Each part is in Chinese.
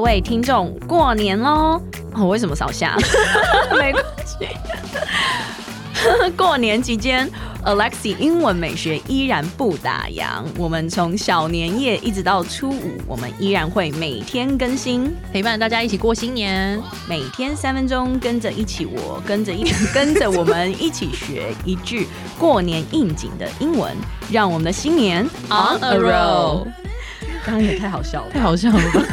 位听众过年喽！哦，为什么少 下？没关系。 过年期间，Alexi 英文美学依然不打烊。我们从小年夜一直到初五，我们依然会每天更新，陪伴大家一起过新年。每天三分钟，跟着一起我，跟着一起跟着我们一起学一句过年应景的英文，让我们的新年 On a roll，刚刚也太好笑了太。好笑了吧！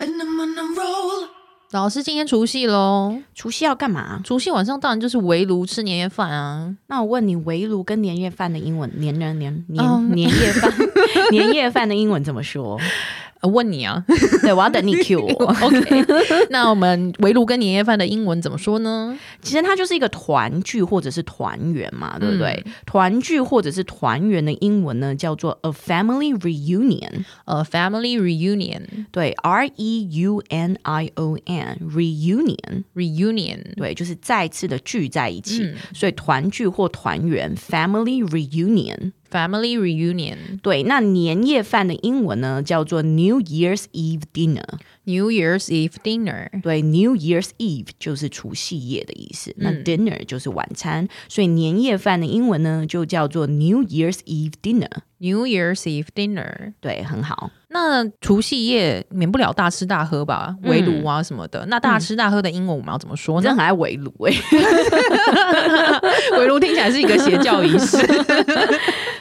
And I'm on a roll. 老师今天除夕喽，除夕要干嘛？除夕晚上当然就是围炉吃年夜饭啊。那我问你，围炉跟年夜饭的英文，年年年嗯年年夜 饭，年夜饭的英文怎么说？呃问你啊对，我要 等你 cue 我。 ，OK？那我们围炉跟年夜饭的英文怎么说呢？其实它就是一个团聚或者是团圆嘛，对不对？嗯团聚或者是团圆的英文呢，叫做 a family reunion，呃，family reunion，reunion，对，R E U N I O N reunion，对，就是再次的聚在一起。嗯所以团聚或团圆 （family reunion）。 ，family reunion，New 对，那年夜饭的英文呢，叫做 New Year's Eve dinner。 Year's Eve dinner，对，New Year's Eve 就是除夕夜的意思，那 dinner 就是晚餐，所以年夜饭的英文呢就叫做 New Year's Eve dinner。 New Year's Eve dinner。对，很好。那除夕夜免不了大吃大喝吧，围炉啊什么的。那大吃大喝的英文我们要怎么说我真呢的？很爱围炉欸诶，围炉听起来是一 个邪教仪式。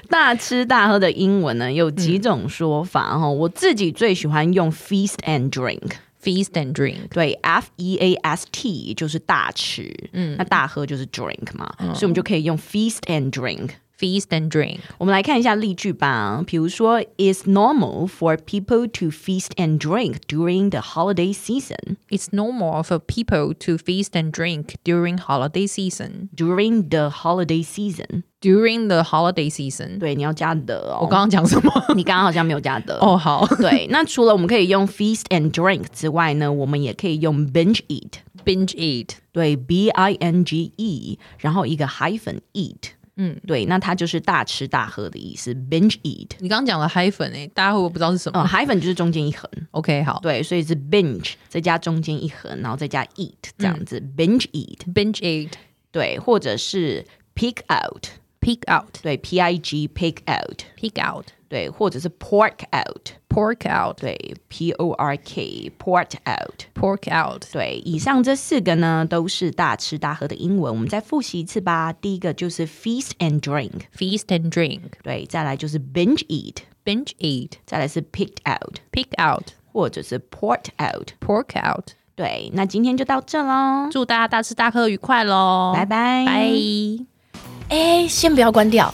大吃大喝的英文呢有几种说法哦，我自己最喜欢用 feast and drink。 Feast and drink，对，F E A S T 就是大吃，嗯，那大喝就是 drink 嘛，所以我们就可以用 feast and drink。 feast and drink，我们来看一下例句吧。比如说，It's normal for people to feast and drink during the holiday season. It's normal for people to feast and drink during holiday season. During the holiday season， During the holiday season，对，你要加的我哦。刚刚讲什么？ 你刚刚好像没有加的。哦，好对，那除了我们可以用 feast and drink 之外呢，我们也可以用 binge eat， ，binge eat，对，b i n g e，然后一个 hyphen eat，嗯，对，那它就是大吃大喝的意思，binge eat。你刚刚讲了 hyphen 哎、大家会不会不知道是什么、呃，hyphen 就是中间一横， o k 好对，所以是 binge 再加中间一横，然后再加 eat 这样子、b i n g e eat。 ，binge eat，pick 对，或者是 pick out， out，pick 对，p i g pick out， out，pork 对，或者是 pork out， out，pork 对，p o r k port out。 out，对，以上这四个呢都是大吃大喝的英文，我们再复习一次吧。第一个就是 feast and drink， feast and drink，对，再来就是 binge eat， binge eat，再来是 pick out， pick out，或者是 port out。 pork out。对，那今天就到这喽，祝大家大吃大喝愉快喽！拜拜拜。哎，先不要关掉，